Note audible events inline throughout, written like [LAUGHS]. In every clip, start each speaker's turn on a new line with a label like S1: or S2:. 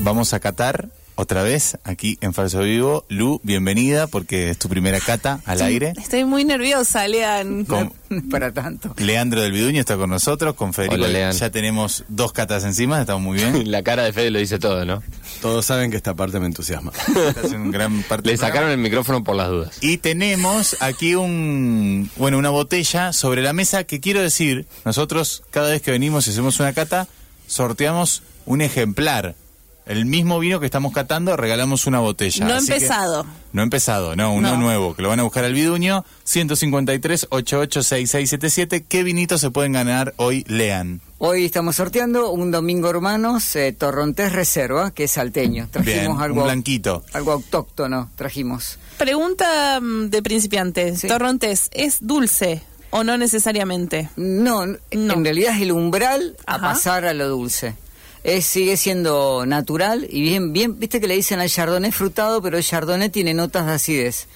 S1: Vamos a Qatar otra vez aquí en Falso Vivo. Lu, bienvenida porque es tu primera cata al aire.
S2: Estoy muy nerviosa, Lean.
S1: Con
S3: [LAUGHS] Para tanto.
S1: Leandro del Viduño está con nosotros, con Federico.
S4: Hola, Lean.
S1: ya tenemos dos catas encima, estamos muy bien.
S4: [LAUGHS] La cara de Fede lo dice todo, ¿no?
S5: [LAUGHS] Todos saben que esta parte me entusiasma.
S1: [LAUGHS] Estás en gran parte
S4: Le
S1: del
S4: sacaron el micrófono por las dudas.
S1: Y tenemos aquí un, bueno, una botella sobre la mesa que quiero decir, nosotros cada vez que venimos y hacemos una cata, sorteamos un ejemplar. El mismo vino que estamos catando, regalamos una botella.
S2: No
S1: Así que-
S2: empezado.
S1: no empezado, no, uno
S2: No.
S1: nuevo, que lo van a buscar al Viduño, 153-886677. ¿Qué vinitos se pueden ganar hoy, Lean?
S3: Hoy estamos sorteando un Domingo Hermanos eh, Torrontés Reserva, que es salteño. Trajimos
S1: Bien,
S3: algo,
S1: un blanquito.
S3: algo autóctono, trajimos.
S2: Pregunta mm, de principiante.
S3: Sí.
S2: Torrontés, ¿es dulce o no necesariamente?
S3: No, n-
S2: No.
S3: en realidad es el umbral
S2: Ajá.
S3: a pasar a lo dulce. Es, sigue siendo natural y bien, bien, viste que le dicen al chardonnay frutado, pero el chardonnay tiene notas de acidez.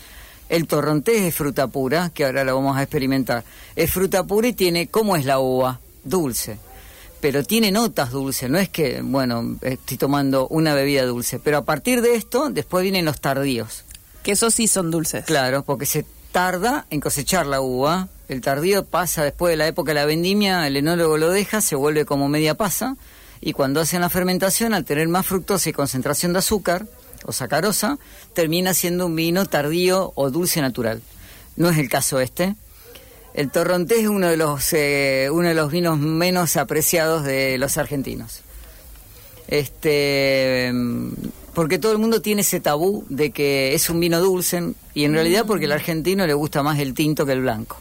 S3: El torrontés es fruta pura, que ahora la vamos a experimentar. Es fruta pura y tiene, ¿cómo es la uva? Dulce. Pero tiene notas dulces, no es que, bueno, estoy tomando una bebida dulce. Pero a partir de esto, después vienen los tardíos.
S2: Que esos sí son dulces.
S3: Claro, porque se tarda en cosechar la uva. El tardío pasa después de la época de la vendimia, el enólogo lo deja, se vuelve como media pasa. Y cuando hacen la fermentación, al tener más fructosa y concentración de azúcar o sacarosa, termina siendo un vino tardío o dulce natural. No es el caso este. El torrontés es uno de los, eh, uno de los vinos menos apreciados de los argentinos este mm, porque todo el mundo tiene ese tabú de que es un vino dulce y en realidad porque al argentino le gusta más el tinto que el blanco.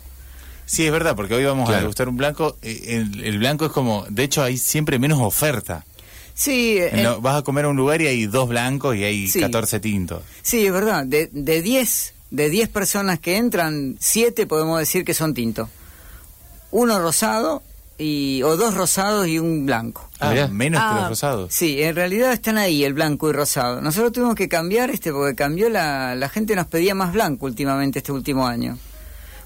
S1: Sí, es verdad, porque hoy vamos a
S4: Claro.
S1: degustar un blanco. eh, El, el blanco es como, de hecho, hay siempre menos oferta.
S3: Sí,
S1: En
S3: eh,
S1: lo- vas a comer a un lugar y hay dos blancos y hay
S3: Sí.
S1: 14 tintos.
S3: sí, es verdad, de de 10 de 10 personas que entran, 7 podemos decir que son tinto. Uno rosado y o dos rosados y un blanco.
S1: Ah,
S4: Mirá.
S1: menos que
S2: Ah.
S1: los rosados.
S3: Sí, en realidad están ahí el blanco y rosado. Nosotros tuvimos que cambiar este porque cambió la, la gente nos pedía más blanco últimamente este último año.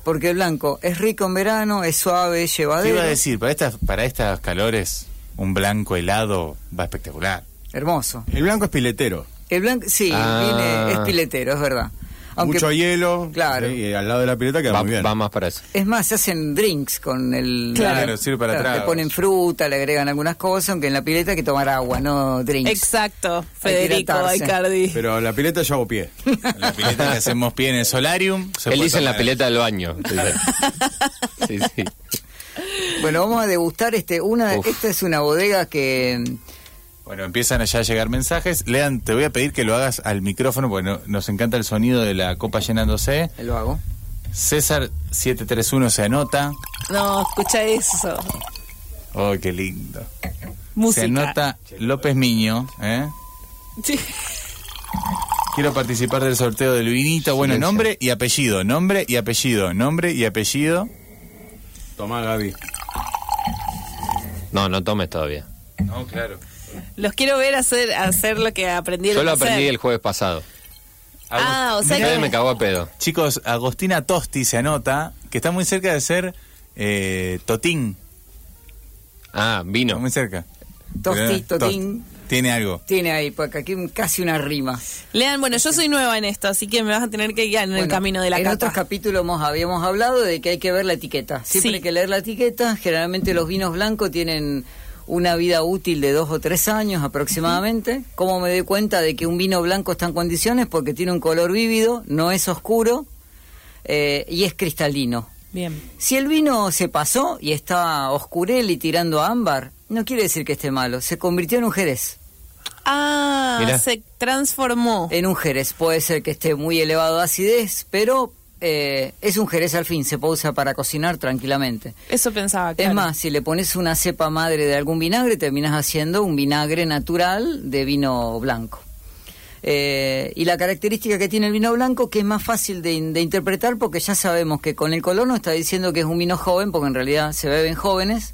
S3: Porque el blanco es rico en verano, es suave, es
S1: Te
S3: llevadero,
S1: iba a decir? Para estas, para estas calores, un blanco helado va espectacular.
S3: hermoso.
S5: El blanco es piletero.
S3: El blanco, sí,
S4: Ah.
S3: viene- es piletero, es verdad. Aunque
S5: Mucho hielo.
S3: Claro.
S5: sí, Y al lado de la pileta queda
S4: Va,
S5: muy bien.
S4: va más para eso.
S3: es más, se hacen drinks con el
S1: Claro. Claro, sirve para
S3: Le
S1: tragos.
S3: ponen fruta, le agregan algunas cosas, aunque en la pileta hay que tomar agua, no drinks.
S2: Exacto,
S3: Hay que
S2: Federico
S3: hidratarse.
S2: Aicardi.
S5: Pero la pileta yo hago pie.
S1: La pileta que hacemos pie en el solarium. se
S4: Él
S1: puede
S4: dice en la
S1: tomar.
S4: pileta del baño.
S1: [LAUGHS]
S4: Sí, sí. Sí, sí.
S3: Bueno, vamos a degustar este una
S4: Uf.
S3: esta es una bodega que
S1: Bueno, empiezan allá a llegar mensajes. Lean, te voy a pedir que lo hagas al micrófono porque no- nos encanta el sonido de la copa llenándose.
S3: lo hago.
S1: César 731 se anota.
S2: No, escucha eso.
S1: Oh, qué lindo.
S2: Música.
S1: Se anota López Miño. ¿eh?
S2: Sí.
S1: Quiero participar del sorteo del vinito. Bueno,
S4: Silencio.
S1: nombre y apellido, nombre y apellido, nombre y apellido.
S5: Tomá, Gaby.
S4: No, no tomes todavía.
S1: No, claro.
S2: Los quiero ver hacer, hacer lo que aprendieron.
S4: Yo lo
S2: a hacer.
S4: aprendí el jueves pasado.
S2: Ah, o sea
S4: Fede
S2: que-
S4: me cagó a pedo.
S1: Chicos, Agostina Tosti se anota, que está muy cerca de ser eh, Totín.
S4: Ah,
S1: Está
S4: vino.
S1: muy cerca.
S3: Tosti,
S1: Pero,
S3: totín.
S1: tost- Tiene algo.
S3: Tiene ahí, porque aquí un- casi una rima.
S2: Lean, bueno, yo soy nueva en esto, así que me vas a tener que guiar en el
S3: Bueno,
S2: camino de la
S3: En
S2: cata.
S3: otros capítulos hemos- habíamos hablado de que hay que ver la etiqueta. Siempre
S2: Sí.
S3: hay que leer la etiqueta. Generalmente los vinos blancos tienen una vida útil de dos o tres años aproximadamente. ¿Cómo me doy cuenta de que un vino blanco está en condiciones? Porque tiene un color vívido, no es oscuro eh, y es cristalino.
S2: Bien.
S3: Si el vino se pasó y está oscurel y tirando a ámbar, no quiere decir que esté malo. Se convirtió en un jerez.
S2: Ah,
S4: Mirá.
S2: se transformó.
S3: En un jerez puede ser que esté muy elevado de acidez, pero eh, es un jerez al fin, se puede usar para cocinar tranquilamente.
S2: Eso pensaba.
S3: Es
S2: claro.
S3: más, si le pones una cepa madre de algún vinagre, terminas haciendo un vinagre natural de vino blanco. Eh, y la característica que tiene el vino blanco, que es más fácil de, in- de interpretar, porque ya sabemos que con el color no está diciendo que es un vino joven, porque en realidad se beben jóvenes.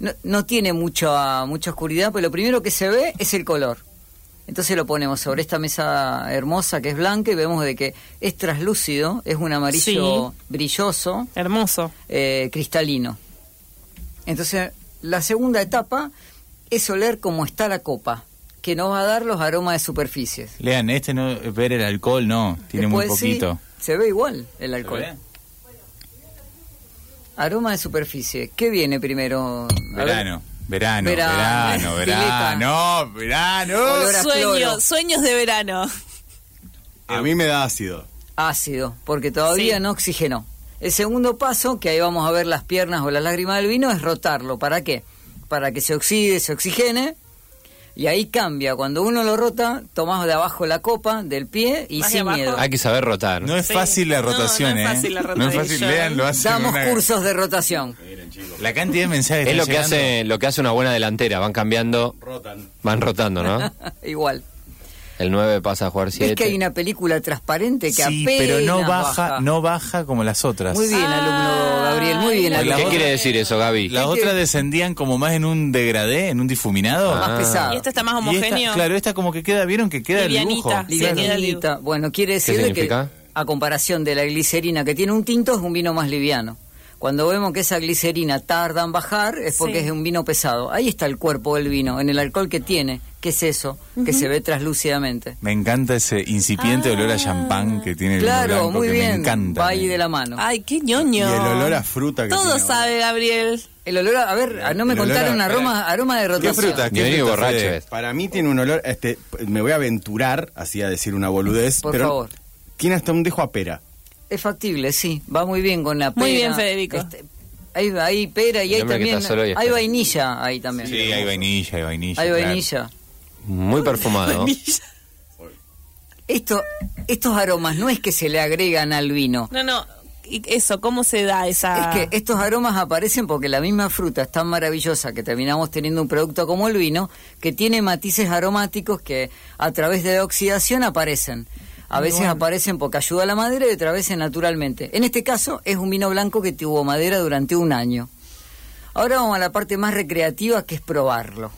S3: No, no tiene mucha, mucha oscuridad, pero lo primero que se ve es el color. Entonces lo ponemos sobre esta mesa hermosa que es blanca y vemos de que es traslúcido, es un amarillo brilloso
S2: Hermoso.
S3: eh, cristalino. Entonces, la segunda etapa es oler cómo está la copa. que nos va a dar los aromas de superficies.
S1: Lean, este no ver el alcohol, no, tiene muy
S3: Después, sí,
S1: poquito.
S3: se ve igual el alcohol.
S1: ¿Se ve?
S3: Aroma de superficie. ¿Qué viene primero? A ver.
S1: Verano, verano,
S3: Verano.
S1: verano,
S3: [LAUGHS]
S1: verano, verano.
S3: Olor a cloro.
S2: Sueños, sueños de verano.
S5: A mí me da ácido.
S3: Ácido, porque todavía
S2: Sí.
S3: no oxigenó. El segundo paso, que ahí vamos a ver las piernas o las lágrimas del vino, es rotarlo. ¿Para qué? Para que se oxide, se oxigene. Y ahí cambia. Cuando uno lo rota, tomás de abajo la copa, del pie y
S2: Más de
S3: sin
S2: abajo.
S3: miedo.
S4: Hay que saber rotar.
S1: No es
S2: Sí.
S1: fácil la
S2: No,
S1: rotación,
S2: no es
S1: ¿eh?
S2: fácil la
S1: No es fácil,
S2: rotación.
S1: lean, lo hacen.
S3: Damos
S1: una-
S3: cursos de rotación.
S1: La cantidad de mensajes
S4: Es lo
S1: están
S4: que
S1: llegando.
S4: hace, lo que hace una buena delantera, van cambiando,
S5: Rotan.
S4: van
S1: [LAUGHS]
S4: rotando, ¿no?
S3: [LAUGHS] Igual.
S4: El 9 pasa a jugar
S3: ¿Ves
S4: 7.
S3: que hay una película transparente que
S1: Sí,
S3: apenas
S1: pero no baja,
S3: baja?
S1: no Ah, baja como las otras.
S3: Muy bien, alumno Gabriel, muy bien,
S2: Ay,
S4: ¿Qué
S1: la
S3: alumno.
S1: otra-
S4: quiere decir eso, Gaby?
S1: Las otras descendían como más en un degradé, en un difuminado.
S4: Ah.
S3: Más pesado.
S2: Y este está más
S1: Y esta-
S2: homogéneo.
S1: claro, esta como que queda, vieron que queda el dibujo.
S2: Livianita. Sí,
S1: Claro.
S2: queda livianita.
S3: Livianita. Bueno, quiere decir de que
S4: significa?
S3: a comparación de la glicerina que tiene un tinto es un vino más liviano. Cuando vemos que esa glicerina tarda en bajar es porque
S2: Sí.
S3: es un vino pesado. Ahí está el cuerpo del vino, en el alcohol que tiene, que es eso, que se ve traslúcidamente.
S1: Me encanta ese incipiente olor a champán que tiene el vino
S3: Ah. Claro,
S1: blanco,
S3: muy
S1: que
S3: bien.
S1: me encanta.
S3: Va ahí de la mano.
S2: Ay, qué ñoño.
S5: Y el olor a fruta que
S2: Todo
S5: tiene.
S2: sabe, Gabriel.
S3: El olor, a, a ver, a- no me
S5: El olor a-
S3: contaron aroma, aroma de
S5: ¿Qué
S3: rotación.
S5: fruta? ¿Qué
S4: Bienvenido
S5: fruta,
S4: borracho
S5: Fede?
S4: es.
S5: Para mí tiene un olor, este, me voy a aventurar así a decir una boludez,
S3: Por
S5: pero
S3: favor.
S5: tiene hasta un dejo a pera.
S3: Es factible, sí. Va muy bien con la pera.
S2: Muy bien, Federico.
S3: Este, hay, hay pera y
S4: El
S3: hay
S4: hombre que
S3: también.
S4: está solo y
S3: Hay
S4: espera.
S3: vainilla ahí también.
S1: Sí, hay vainilla, hay vainilla.
S3: hay
S1: claro.
S3: vainilla.
S4: Muy perfumado.
S3: Esto, estos aromas no es que se le agregan al vino.
S2: No, no. y Eso, ¿cómo se da esa...?
S3: Es que estos aromas aparecen porque la misma fruta es tan maravillosa que terminamos teniendo un producto como el vino que tiene matices aromáticos que a través de la oxidación aparecen. A veces aparecen porque ayuda a la madera y otras veces naturalmente. En este caso es un vino blanco que tuvo madera durante un año. Ahora vamos a la parte más recreativa que es probarlo.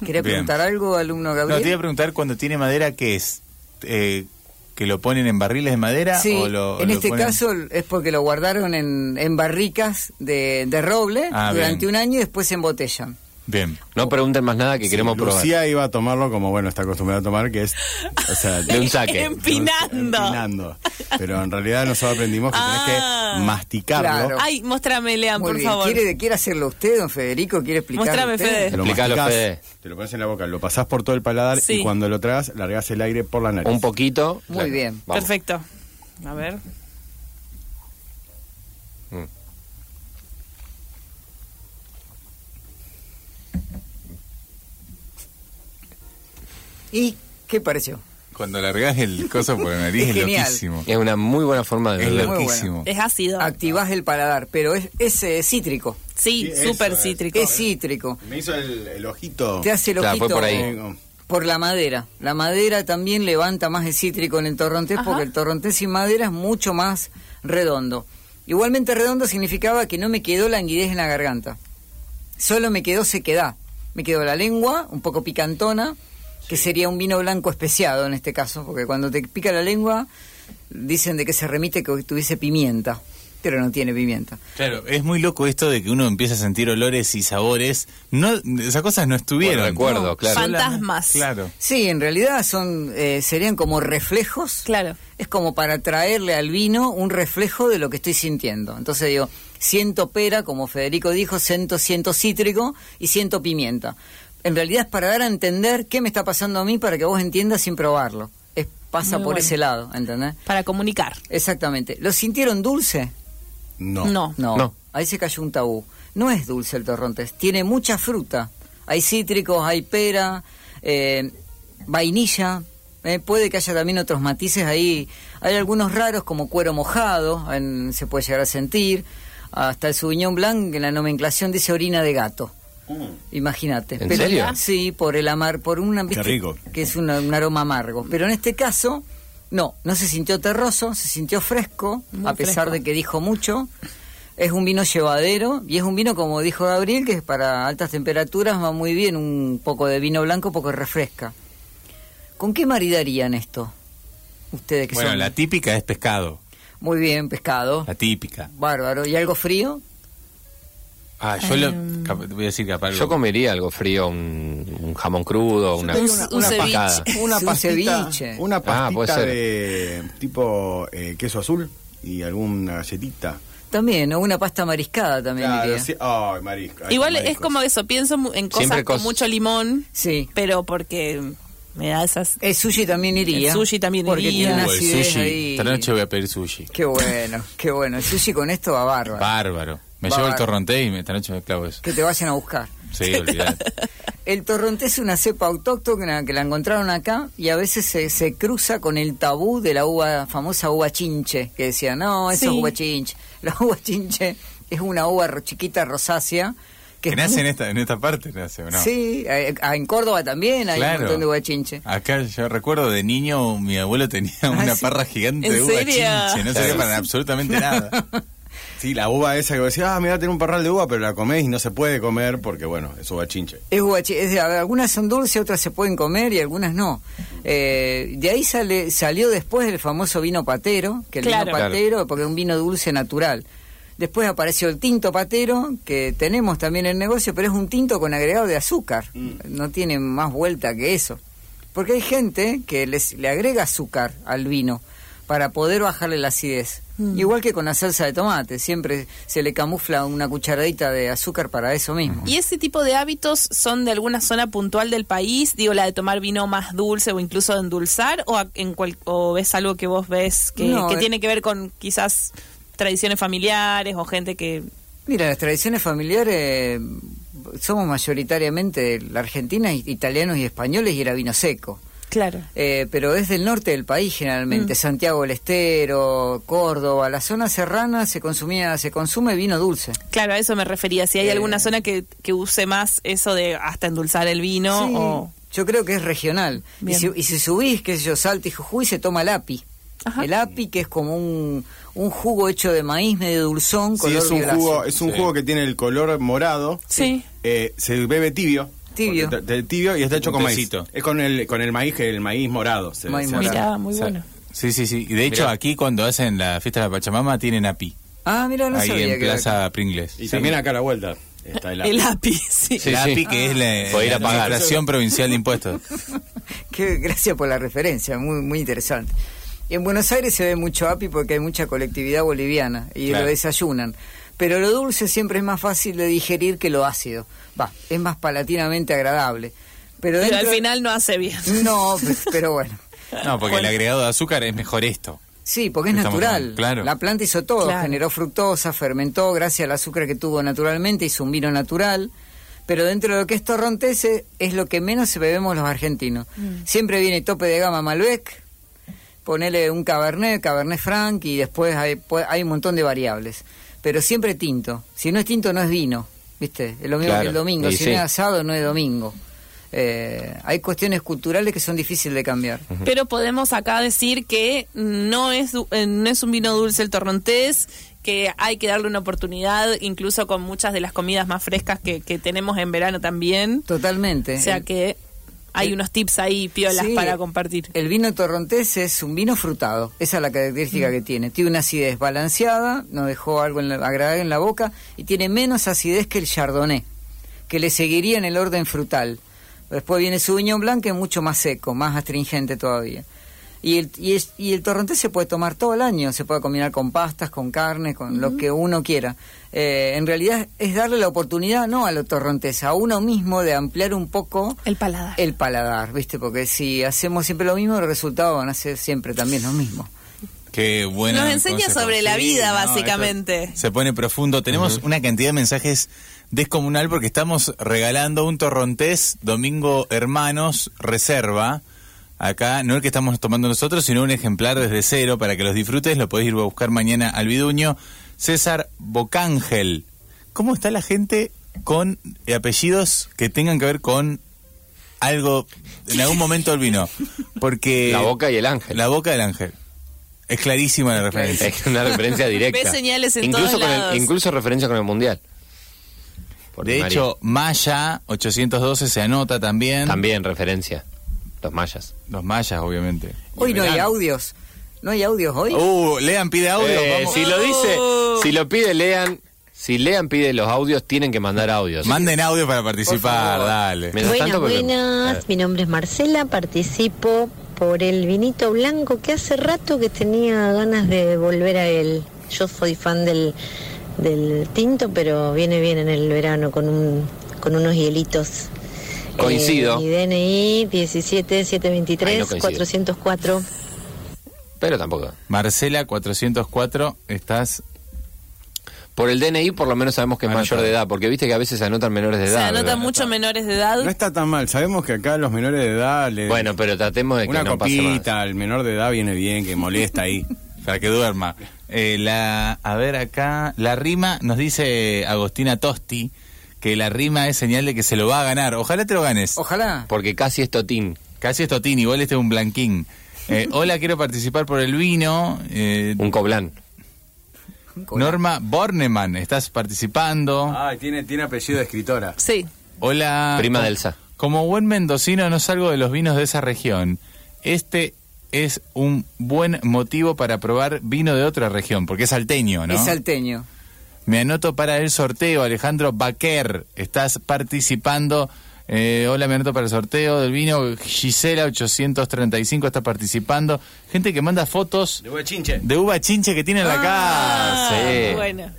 S3: ¿Quería
S1: Bien.
S3: preguntar algo, alumno
S1: No, te iba a
S3: Gabriel?
S1: preguntar cuando tiene madera, ¿qué es? Eh, ¿Que lo ponen en barriles de madera?
S3: Sí,
S1: o lo,
S3: en
S1: lo
S3: este
S1: ponen-
S3: caso es porque lo guardaron en, en barricas de, de roble
S1: Ah,
S3: durante
S1: bien.
S3: un año y después se embotellan.
S1: Bien.
S4: No pregunten más nada que queremos probar.
S5: Lucía iba a tomarlo como, bueno, está acostumbrada a tomar, que es... O
S2: [LAUGHS]
S5: sea, [LAUGHS]
S4: De un saque.
S2: Empinando.
S5: empinando. Pero en realidad nosotros aprendimos que
S2: Ah.
S5: tenés que masticarlo.
S3: Claro.
S2: Ay, muéstrame, Lean,
S3: Muy
S2: Ah, por
S3: bien.
S2: favor.
S3: ¿Quiere, quiere hacerlo usted, don Federico? ¿Quiere explicar?
S2: Mostrame,
S3: usted?
S2: Fede.
S5: Lo
S4: Explicalo,
S5: masticás,
S4: Fede.
S5: Te lo pones en la boca, lo pasás por todo el paladar
S2: Sí.
S5: y cuando lo tragas, largás el aire por la nariz.
S4: Un poquito.
S3: Muy bien.
S4: vamos.
S2: Perfecto. A ver.
S3: ¿Y qué pareció?
S1: Cuando largás el coso por la nariz
S3: Es
S1: es,
S3: [LAUGHS] genial.
S1: loquísimo.
S4: Es una muy buena forma de
S1: Es
S4: beber.
S3: bueno.
S1: loquísimo.
S2: Es ácido.
S3: Activás el paladar, pero es, es, eh, cítrico.
S2: Sí,
S5: Sí, eso
S2: súper
S5: es.
S2: cítrico.
S3: Es cítrico.
S5: Me hizo el, el ojito. Eh,
S3: Te hace el
S4: Claro, fue
S3: ojito
S4: por ahí.
S5: Digo,
S3: por la madera. La madera también levanta más el cítrico en el torrontés porque el torrontés sin madera es mucho más redondo. Igualmente redondo significaba que no me quedó languidez en la garganta. Solo me quedó sequedad. Me quedó la lengua, un poco picantona, que sería un vino blanco especiado en este caso, porque cuando te pica la lengua dicen de que se remite que tuviese pimienta, pero no tiene pimienta.
S1: Claro, es muy loco esto de que uno empieza a sentir olores y sabores. No, esas cosas no estuvieron.
S4: Por recuerdo, No, claro.
S2: fantasmas.
S1: Claro.
S3: Sí, en realidad son eh, serían como reflejos.
S2: Claro.
S3: Es como para traerle al vino un reflejo de lo que estoy sintiendo. Entonces digo, siento pera, como Federico dijo, siento, siento cítrico y siento pimienta. En realidad es para dar a entender qué me está pasando a mí para que vos entiendas sin probarlo. Es, pasa
S2: Muy
S3: por
S2: bueno.
S3: ese lado, ¿entendés?
S2: Para comunicar.
S3: Exactamente. ¿Lo sintieron dulce?
S5: No.
S2: No.
S3: No.
S4: No.
S3: Ahí se cayó un tabú. No es dulce el torrontés. Tiene mucha fruta. Hay cítricos, hay pera, eh, vainilla. eh, puede que haya también otros matices ahí. Hay algunos raros como cuero mojado, en- se puede llegar a sentir. Hasta el Sauvignon Blanc, que en la nomenclación dice orina de gato. Imagínate.
S4: ¿En
S3: Pero-
S4: serio?
S3: Sí, por el amar, por una
S5: Qué rico.
S3: que es una- un aroma amargo. Pero en este caso, no, no se sintió terroso, se sintió fresco,
S2: Muy
S3: a pesar
S2: fresco.
S3: de que dijo mucho. Es un vino llevadero y es un vino, como dijo Gabriel, que para altas temperaturas va muy bien. Un poco de vino blanco, poco refresca. ¿Con qué maridarían esto? Ustedes que
S1: Bueno,
S3: son
S1: la típica es pescado.
S3: muy bien pescado,
S1: La típica.
S3: bárbaro. ¿Y algo frío?
S1: Ah, yo
S2: Em,
S1: lo, cap- voy a decir capaz.
S4: Yo
S1: algo.
S4: comería algo frío, un, un jamón crudo, una,
S2: Un-
S4: una
S2: un ceviche.
S4: picada.
S5: Una
S3: Sí, un
S5: pastita,
S3: ceviche.
S5: una
S4: Ah, puede
S5: pastita
S4: ser.
S5: de tipo eh, queso azul y alguna galletita.
S3: También, o una pasta mariscada también
S5: Claro,
S3: iría.
S5: sí. Ay, marisco. ay,
S2: Igual es
S5: mariscos.
S2: como eso, pienso mu- en cosas
S4: Siempre
S2: con
S4: cos-
S2: mucho limón,
S3: Sí.
S2: pero porque me da esas...
S3: El sushi también iría.
S2: El sushi también
S3: porque
S2: iría.
S3: Tiene una
S1: Uh, el
S3: acidez
S1: sushi.
S3: ahí.
S1: Esta noche voy a pedir sushi.
S3: Qué bueno, qué bueno. El sushi con esto va bárbaro.
S1: Bárbaro. Me
S3: Bárbaro.
S1: llevo el torronté y me- esta noche me clavo eso.
S3: Que te vayan a buscar. [LAUGHS]
S1: Sí, olvidate.
S3: El torronté es una cepa autóctona que la encontraron acá y a veces se, se cruza con el tabú de la uva, famosa uva chinche, que decía, no, eso
S2: Sí.
S3: es uva chinche. [LAUGHS] La uva chinche es una uva ro- chiquita rosácea. Que
S1: Que
S3: es
S1: nace
S3: muy-
S1: en esta, en esta parte, nace, ¿o no?
S3: Sí, eh, ah, en Córdoba también hay
S1: Claro.
S3: un montón de uva chinche.
S1: Acá yo recuerdo de niño, mi abuelo tenía una
S3: Ah, sí.
S1: parra gigante
S2: ¿En
S1: de uva
S2: serio?
S1: chinche. No
S2: Sí,
S1: servía
S2: sí,
S1: para
S2: sí.
S1: absolutamente nada.
S5: Sí, la uva esa que vos decís, ah, mira, tiene un parral de uva, pero la comés y no se puede comer porque, bueno, es uva chinche.
S3: Es uva chi- es de- a ver, algunas son dulces, otras se pueden comer y algunas no. Eh, de ahí sale, salió después el famoso vino patero, que el
S2: Claro.
S3: vino patero, porque es un vino dulce natural. Después apareció el tinto patero, que tenemos también en el negocio, pero es un tinto con agregado de azúcar. No tiene más vuelta que eso. Porque hay gente que les, le agrega azúcar al vino para poder bajarle la acidez. Igual que con la salsa de tomate, siempre se le camufla una cucharadita de azúcar para eso mismo.
S2: ¿Y ese tipo de hábitos son de alguna zona puntual del país? Digo, la de tomar vino más dulce o incluso de endulzar, o, a- en cual- o ves algo que vos ves que,
S3: No,
S2: que
S3: eh.
S2: tiene que ver con quizás tradiciones familiares o gente que...
S3: Mira, las tradiciones familiares mm, somos mayoritariamente la Argentina, i- italianos y españoles y era vino seco.
S2: Claro.
S3: Eh, pero es del norte del país
S2: Mm.
S3: generalmente, Santiago del Estero, Córdoba, la zona serrana se consumía, se consume vino dulce.
S2: Claro, a eso me refería. Si hay
S3: Eh.
S2: alguna zona que, que use más eso de hasta endulzar el vino
S3: Sí,
S2: o...
S3: Yo creo que es regional. Y
S2: Bien.
S3: si, y si subís, qué sé yo, Salta y Jujuy, se toma el api.
S2: Ajá.
S3: El api que es como un, un jugo hecho de maíz medio dulzón,
S5: Sí,
S3: color
S5: es un,
S3: violáceo.
S5: jugo, es un
S4: Sí.
S5: jugo que tiene el color morado.
S2: Sí.
S5: Eh, se bebe tibio.
S3: Tibio.
S5: Porque te- te- tibio y está hecho
S1: Un
S5: con
S1: tecito.
S5: maíz. Es con el, con el maíz, que el maíz morado. se-
S3: Maíz
S5: se
S3: morado.
S5: hace.
S2: Mirá, muy
S1: O sea,
S2: bueno.
S1: Sí, sí, sí. Y de hecho,
S4: Mirá.
S1: aquí cuando hacen la fiesta de la Pachamama tienen api.
S3: Ah, mira, no
S1: ahí
S3: sabía que
S1: en
S3: era
S1: Plaza Pringles.
S5: Y
S1: Sí.
S5: también acá a la vuelta está
S2: [LAUGHS]
S5: el
S2: El
S5: api.
S2: API, sí.
S4: Sí,
S1: el
S4: sí.
S1: api que es la,
S4: Voy a ir
S1: la
S4: a pagar.
S1: Administración Provincial de Impuestos.
S3: [LAUGHS] Qué, gracias por la referencia, muy, muy interesante. En Buenos Aires se ve mucho api porque hay mucha colectividad boliviana y
S1: Claro.
S3: lo desayunan. Pero lo dulce siempre es más fácil de digerir que lo ácido. Va, es más palatinamente agradable. Pero,
S2: Pero al
S3: dentro-
S2: final no hace bien.
S3: No, pe- pero bueno.
S1: No, porque el agregado de azúcar es mejor esto.
S3: Sí, porque es
S1: Estamos
S3: natural.
S1: mal, claro.
S3: La planta hizo todo,
S2: Claro.
S3: generó fructosa, fermentó gracias al azúcar que tuvo naturalmente, hizo un vino natural. Pero dentro de lo que es torrontese es lo que menos bebemos los argentinos.
S2: Mm.
S3: Siempre viene tope de gama Malbec, ponele un Cabernet, Cabernet Franc y después hay, pu- hay un montón de variables. Pero siempre tinto. Si no es tinto no es vino, ¿viste? Es lo mismo
S4: Claro.
S3: que el domingo.
S4: Y
S3: si
S4: sí.
S3: no es asado no es domingo. Eh, hay cuestiones culturales que son difíciles de cambiar.
S2: Pero podemos acá decir que no es, du- eh, no es un vino dulce el torrontés, que hay que darle una oportunidad, incluso con muchas de las comidas más frescas que, que tenemos en verano también.
S3: Totalmente.
S2: O sea que hay unos tips ahí, piolas,
S3: Sí,
S2: para compartir.
S3: El vino torrontés es un vino frutado. Esa es la característica
S2: Mm.
S3: que tiene. Tiene una acidez balanceada, nos dejó algo en la- agradable en la boca y tiene menos acidez que el chardonnay, que le seguiría en el orden frutal. Después viene su viñón blanco, que es mucho más seco, más astringente todavía. Y el, y, es- y el torrontés se puede tomar todo el año, se puede combinar con pastas, con carne, con lo que uno quiera. Eh, en realidad es darle la oportunidad, no a los torrontés, a uno mismo de ampliar un poco
S2: El paladar.
S3: el paladar, ¿viste? Porque si hacemos siempre lo mismo, los resultados van a ser siempre también lo mismo.
S1: Qué bueno.
S2: Nos enseña sobre la vida, básicamente.
S1: Se pone profundo. Tenemos una cantidad de mensajes descomunal porque estamos regalando un torrontés Domingo Hermanos Reserva. Acá, no el que estamos tomando nosotros, sino un ejemplar desde cero para que los disfrutes. Lo podés ir a buscar mañana al Viduño. César Bocángel. ¿Cómo está la gente con eh, apellidos que tengan que ver con algo, en algún momento del vino? Porque...
S4: La boca y el ángel. [LAUGHS]
S1: La boca del ángel. Es clarísima la referencia.
S4: Es una referencia directa.
S2: [LAUGHS] Ve señales en
S4: incluso,
S2: todos
S4: con el-
S2: lados.
S4: incluso referencia con el mundial. Por
S1: De
S4: María.
S1: hecho, Maya 812 se anota también.
S4: también referencia. Los mayas.
S1: Los mayas, obviamente.
S3: Hoy no hay
S1: Verán.
S3: audios. No hay audios hoy.
S1: Uh, Lean pide audio.
S4: Eh,
S1: vamos.
S2: Oh.
S4: si lo dice, si lo pide, lean. Si Lean pide los audios, tienen que mandar audios.
S1: Manden audio para participar,
S3: favor.
S1: dale.
S4: Mientras
S6: Buenas,
S4: tanto, volvemos. A ver.
S6: buenas. Mi nombre es Marcela, participo por el vinito blanco que hace rato que tenía ganas de volver a él. Yo soy fan del, del tinto, pero viene bien en el verano con, un, con unos hielitos.
S4: Coincido.
S6: Eh, mi DNI
S4: Ay,
S6: 17-723-404.
S4: no coincido. Pero tampoco.
S1: Marcela 404, estás.
S4: Por el DNI, por lo menos sabemos que es
S1: Anotado.
S4: mayor de edad, porque viste que a veces se anotan menores de
S2: Se
S4: edad.
S2: anotan
S4: ¿verdad?
S2: muchos menores de edad.
S5: No está tan mal. Sabemos que acá los menores de edad. le-
S4: Bueno, pero tratemos de que
S5: una
S4: no pase más.
S5: copita, el menor de edad viene bien, que molesta [LAUGHS] ahí.
S1: Para que duerma. Eh, la, a ver acá. La rima nos dice Agostina Tosti que la rima es señal de que se lo va a ganar. Ojalá te lo ganes.
S3: Ojalá.
S4: Porque casi es totín.
S1: Casi es Totín, igual este es un blanquín. Eh, hola, quiero participar por el vino. Eh,
S4: Un coblán.
S1: Norma Borneman, estás participando.
S5: Ah, tiene, tiene apellido de escritora.
S2: Sí.
S1: Hola.
S4: Prima
S1: Co-
S4: de Elsa.
S1: Como buen mendocino no salgo de los vinos de esa región. Este es un buen motivo para probar vino de otra región, porque es salteño, ¿no?
S3: Es salteño.
S1: Me anoto para el sorteo, Alejandro Baquer. Estás participando. Eh, hola, me anoto para el sorteo del vino. Gisela 835 está participando. Gente que manda fotos
S5: De Huachinche.
S1: de uva chinche que tiene en la casa.
S4: Ah, sí.
S2: Ah, Bueno.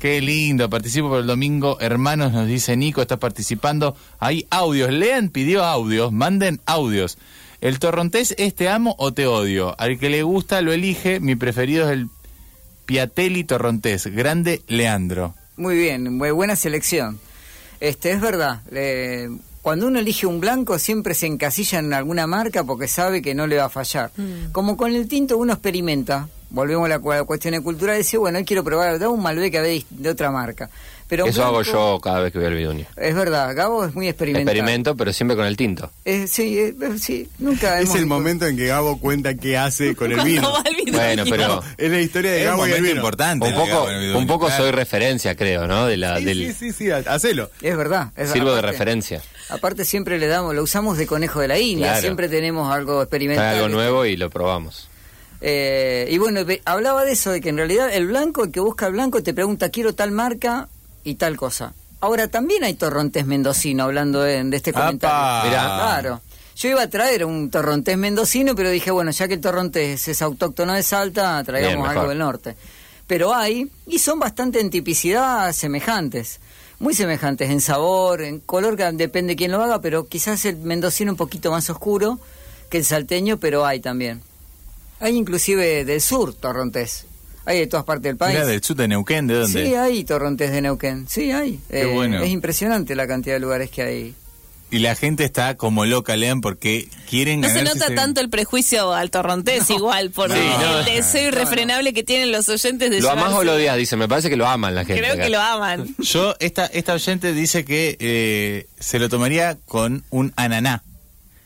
S1: Qué lindo, participo por el domingo. Hermanos, nos dice Nico, estás participando. Hay audios. Lean pidió audios, manden audios. El torrontés es te amo o te odio. Al que le gusta lo elige. Mi preferido es el Piatelli Torrontés. Grande Leandro.
S3: Muy bien, muy buena selección. Este, es verdad, eh, cuando uno elige un blanco siempre se encasilla en alguna marca porque sabe que no le va a fallar. Como con el tinto uno experimenta, volvemos a la, cu- a la cuestión de cultura, dice, bueno, hoy quiero probar da un Malbec a ver dis- de otra marca. Pero
S4: Eso hago
S3: blanco-
S4: yo cada vez que voy al Bidonia.
S3: Es verdad, Gabo es muy experimentado.
S4: Experimento, pero siempre con el tinto.
S3: Eh, sí, eh, eh, sí, nunca
S5: Es
S3: hemos-
S5: el momento en que Gabo cuenta qué hace con el vino.
S2: Cuando va al vino.
S4: Bueno, pero
S5: Es la historia
S1: Es
S5: de
S1: un
S5: Gabo y el
S1: momento
S5: vino.
S1: importante.
S4: un poco, un poco soy referencia, creo, ¿no? De la,
S5: Sí,
S4: del,
S5: sí, sí, sí, ha- hacelo.
S3: Es verdad. es-
S4: Sirvo de
S3: aparte-
S4: referencia.
S3: Aparte siempre le damos, lo usamos de conejo de la India,
S4: Claro.
S3: siempre tenemos algo experimental.
S4: Trae algo nuevo y lo probamos.
S3: Eh, y bueno, ve- hablaba de eso, de que en realidad el blanco, el que busca el blanco, te pregunta, quiero tal marca y tal cosa. Ahora, también hay torrontés mendocino, hablando de, de este
S1: ¡Apa!
S3: comentario.
S1: Mirá.
S3: Claro. Yo iba a traer un torrontés mendocino, pero dije, bueno, ya que el torrontés es autóctono de Salta, traigamos
S4: Bien, mejor.
S3: algo del norte. Pero hay, y son bastante en tipicidad semejantes. Muy semejantes en sabor, en color, que depende quién lo haga, pero quizás el mendocino un poquito más oscuro que el salteño, pero hay también. Hay inclusive del sur torrontés. Hay de todas partes del país.
S1: Era del sur de Neuquén, ¿de dónde?
S3: Sí, hay torrontés de Neuquén. Sí, hay. Eh,
S1: Qué bueno.
S3: Es impresionante la cantidad de lugares que hay.
S1: Y la gente está como loca, Lean, porque quieren
S2: No se
S1: ganarse
S2: nota
S1: ese-
S2: tanto el prejuicio al torrontés igual, por
S1: No,
S2: el
S1: no.
S2: deseo irrefrenable que tienen los oyentes de
S4: ¿Lo amás
S2: llevarse-
S4: o lo odias? Dice, me parece que lo aman la gente.
S2: Creo
S4: acá.
S2: que lo aman.
S1: Yo, esta, esta oyente dice que eh, se lo tomaría con un ananá,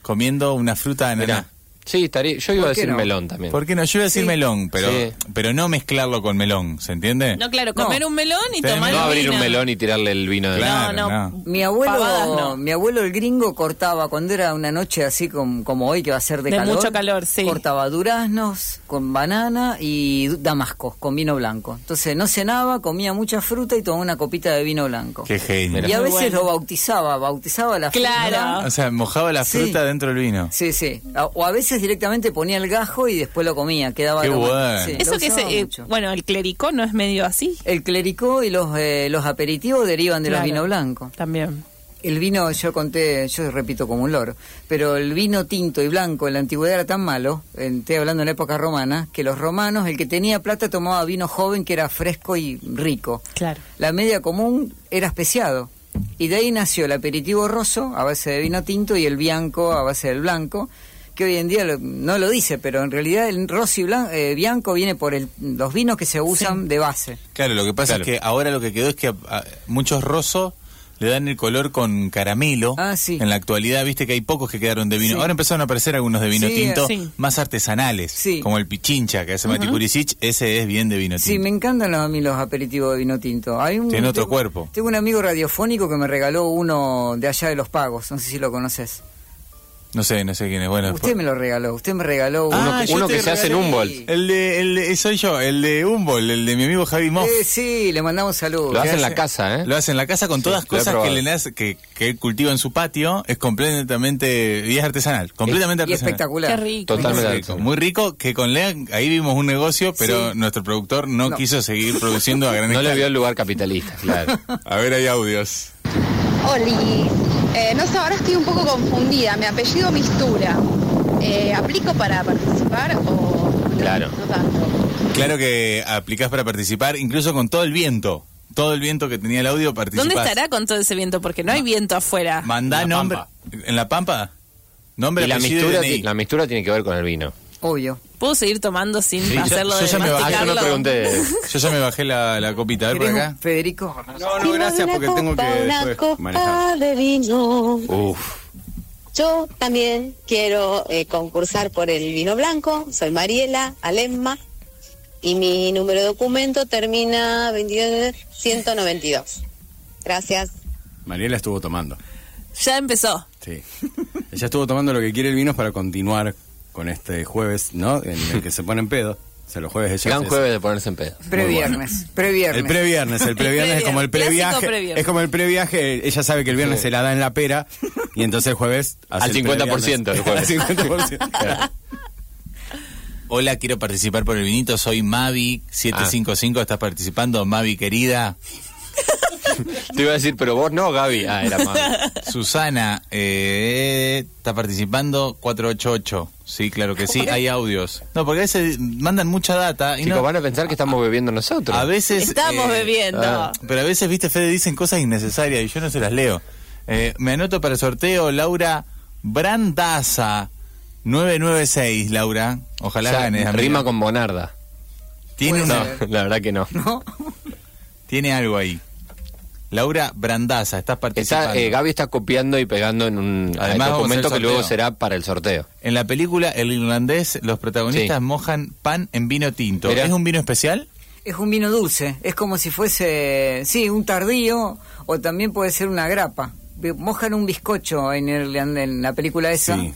S1: comiendo una fruta de ananá.
S4: Mirá. Sí, estaría, yo iba a
S3: ¿Por qué
S4: decir
S3: no?
S4: melón también.
S1: ¿Por qué no? Yo iba a decir
S3: Sí.
S1: melón, pero,
S4: Sí.
S1: pero no mezclarlo con melón, ¿se entiende?
S2: No, claro, comer
S3: No.
S2: un melón y
S1: Tenés-
S2: tomar
S4: No
S2: un
S4: abrir
S2: vino.
S4: un melón y tirarle el vino de
S1: Claro.
S2: no, no,
S1: no.
S3: Mi abuelo,
S2: Pavadas no.
S3: mi abuelo el gringo cortaba cuando era una noche así com- como hoy que va a ser de,
S2: De
S3: calor.
S2: mucho calor, sí.
S3: Cortaba duraznos con banana y du- damascos con vino blanco. Entonces no cenaba, comía mucha fruta y tomaba una copita de vino blanco.
S1: Qué genio.
S3: Y a
S2: Muy
S3: veces
S2: bueno.
S3: lo bautizaba, bautizaba la
S2: Claro.
S3: fruta.
S1: O sea, mojaba la
S3: Sí.
S1: fruta dentro del vino.
S3: Sí, sí. A- O a veces directamente ponía el gajo y después lo comía, quedaba
S1: Qué
S3: aroma-
S1: bueno.
S3: sí,
S2: Eso
S3: lo
S2: que
S3: usaba
S2: se, eh,
S3: mucho.
S2: bueno, el clericó no es medio así.
S3: El clericó y los, eh, los aperitivos derivan de
S2: Claro.
S3: los vinos blancos.
S2: También.
S3: El vino, yo conté, yo repito como un loro, pero el vino tinto y blanco en la antigüedad era tan malo, en- estoy hablando en la época romana, que los romanos, el que tenía plata tomaba vino joven que era fresco y rico.
S2: Claro.
S3: La media común era especiado. Y de ahí nació el aperitivo roso a base de vino tinto y el bianco a base del blanco, que hoy en día lo- no lo dice, pero en realidad el rosso y blan- eh, bianco viene por el- los vinos que se usan de base.
S1: Claro, lo que pasa es
S4: Claro.
S1: que ahora lo que quedó es que a- a- muchos rosos le dan el color con caramelo.
S3: Ah, sí.
S1: En la actualidad, viste que hay pocos que quedaron de vino.
S3: Sí.
S1: Ahora empezaron a aparecer algunos de vino
S3: Sí,
S1: tinto
S2: sí.
S1: más artesanales,
S3: Sí.
S1: como el pichincha que hace Mati Purisic, ese es bien de vino
S3: Sí,
S1: tinto.
S3: me encantan los, a mí los aperitivos de vino tinto. Hay un,
S1: Tiene otro
S3: tengo-
S1: cuerpo.
S3: Tengo un amigo radiofónico que me regaló uno de allá de Los Pagos, no sé si lo conoces.
S1: No sé, no sé quién es. Bueno,
S3: Usted me lo regaló, usted me regaló
S1: Ah,
S3: uno.
S1: yo
S4: uno
S1: te
S4: que se hace en
S1: regalé.
S4: un bol.
S1: El de, el de- soy yo, el de Humboldt, el de mi amigo Javi Moff.
S3: Eh, sí, le mandamos saludos.
S4: Lo hace
S1: hacen
S4: en la casa, ¿eh?
S1: Lo hace en la casa con
S4: Sí,
S1: todas
S4: lo he
S1: cosas que,
S4: probado.
S1: le nace- que, que él cultiva en su patio. Es completamente. y es artesanal. Completamente
S3: y
S1: artesanal.
S3: espectacular.
S2: Qué rico.
S4: Totalmente.
S1: Muy rico, muy rico, que con Lean ahí vimos un negocio, pero
S3: Sí.
S1: nuestro productor no,
S3: No.
S1: quiso seguir produciendo a gran
S4: No le
S1: escala.
S4: vio el lugar capitalista, claro.
S1: A ver, hay audios.
S7: Oli, eh, no sé, ahora estoy un poco confundida. Mi apellido Mistura. Eh, ¿Aplico para participar o no?
S1: [LAUGHS]
S4: Claro.
S7: no tanto?
S1: Claro que aplicás para participar, incluso con todo el viento. Todo el viento que tenía el audio participás.
S2: ¿Dónde estará con todo ese viento? Porque no hay viento afuera.
S1: Mandá
S4: En La
S1: nombre. ¿En La Pampa? Nombre,
S4: Y la
S1: apellido y
S4: mistura,
S1: DNI.
S4: ti- la mistura tiene que ver con el vino.
S3: Obvio.
S2: ¿Puedo seguir tomando sin
S1: Sí, yo-
S2: hacerlo
S1: yo
S2: de
S1: ya me bajé,
S4: Ah, yo no
S2: masticarlo?
S4: pregunté.
S1: Yo ya me bajé la, la copita, a ver por
S3: ¿Querés un
S1: acá.
S3: Federico?
S5: No, no, gracias porque tengo que
S6: Una
S5: después manejar.
S6: copa de vino.
S4: Uf.
S6: Yo también quiero eh, concursar por el vino blanco. Soy Mariela Alemma y mi número de documento termina 22 192. Gracias.
S5: Mariela estuvo tomando.
S2: Ya empezó.
S5: Sí. Ella estuvo tomando lo que quiere el vino para continuar con este jueves, ¿no? En el que se ponen pedo. O sea, los jueves ella
S4: Gran
S5: se-
S4: jueves de ponerse en pedo.
S3: Previernes. Previernes.
S5: El previernes, el previernes es como el
S2: Clásico
S5: previaje.
S2: previernes.
S5: Es como el previaje, ella sabe que el viernes se la da en la pera y entonces el jueves hace
S4: Al
S5: el
S4: 50% el jueves.
S5: Al 50%. claro.
S1: Hola, quiero participar por el vinito. Soy Mavi755. ¿Estás participando, Mavi
S2: [LAUGHS]
S1: querida?
S4: Te iba a decir, pero vos no, Gaby. Ah, era más.
S1: Susana, eh, ¿está participando? 488. Sí, claro que sí. Hay audios. No, porque a veces mandan mucha data. [LAUGHS] Y
S4: Chicos,
S1: no-
S4: van a pensar que estamos bebiendo nosotros.
S1: a veces.
S2: Estamos
S1: eh,
S2: bebiendo.
S4: ah.
S1: Pero a veces, viste, Fede, dicen cosas innecesarias y yo no se las leo. Eh, me anoto para el sorteo, Laura Brandaza. 996, Laura. Ojalá
S4: O sea,
S1: ganes. amiga.
S4: rima con Bonarda.
S1: Tiene
S3: Puede
S1: una-
S4: No, la verdad que no.
S3: ¿No?
S1: [LAUGHS] Tiene algo ahí. Laura Brandaza, estás participando.
S4: Está, eh, Gaby está copiando y pegando en un
S1: Además,
S4: eh,
S1: vamos a
S4: documento
S1: hacer
S4: que luego
S1: sorteo.
S4: será para el sorteo.
S1: En la película El Irlandés, los protagonistas
S4: Sí.
S1: mojan pan en vino tinto.
S4: Mirá.
S1: ¿Es un vino especial?
S3: Es un vino dulce. Es como si fuese, sí, un tardío o también puede ser una grapa. Ve- Mojan un bizcocho en, Irlanda, en la película esa.
S5: Sí.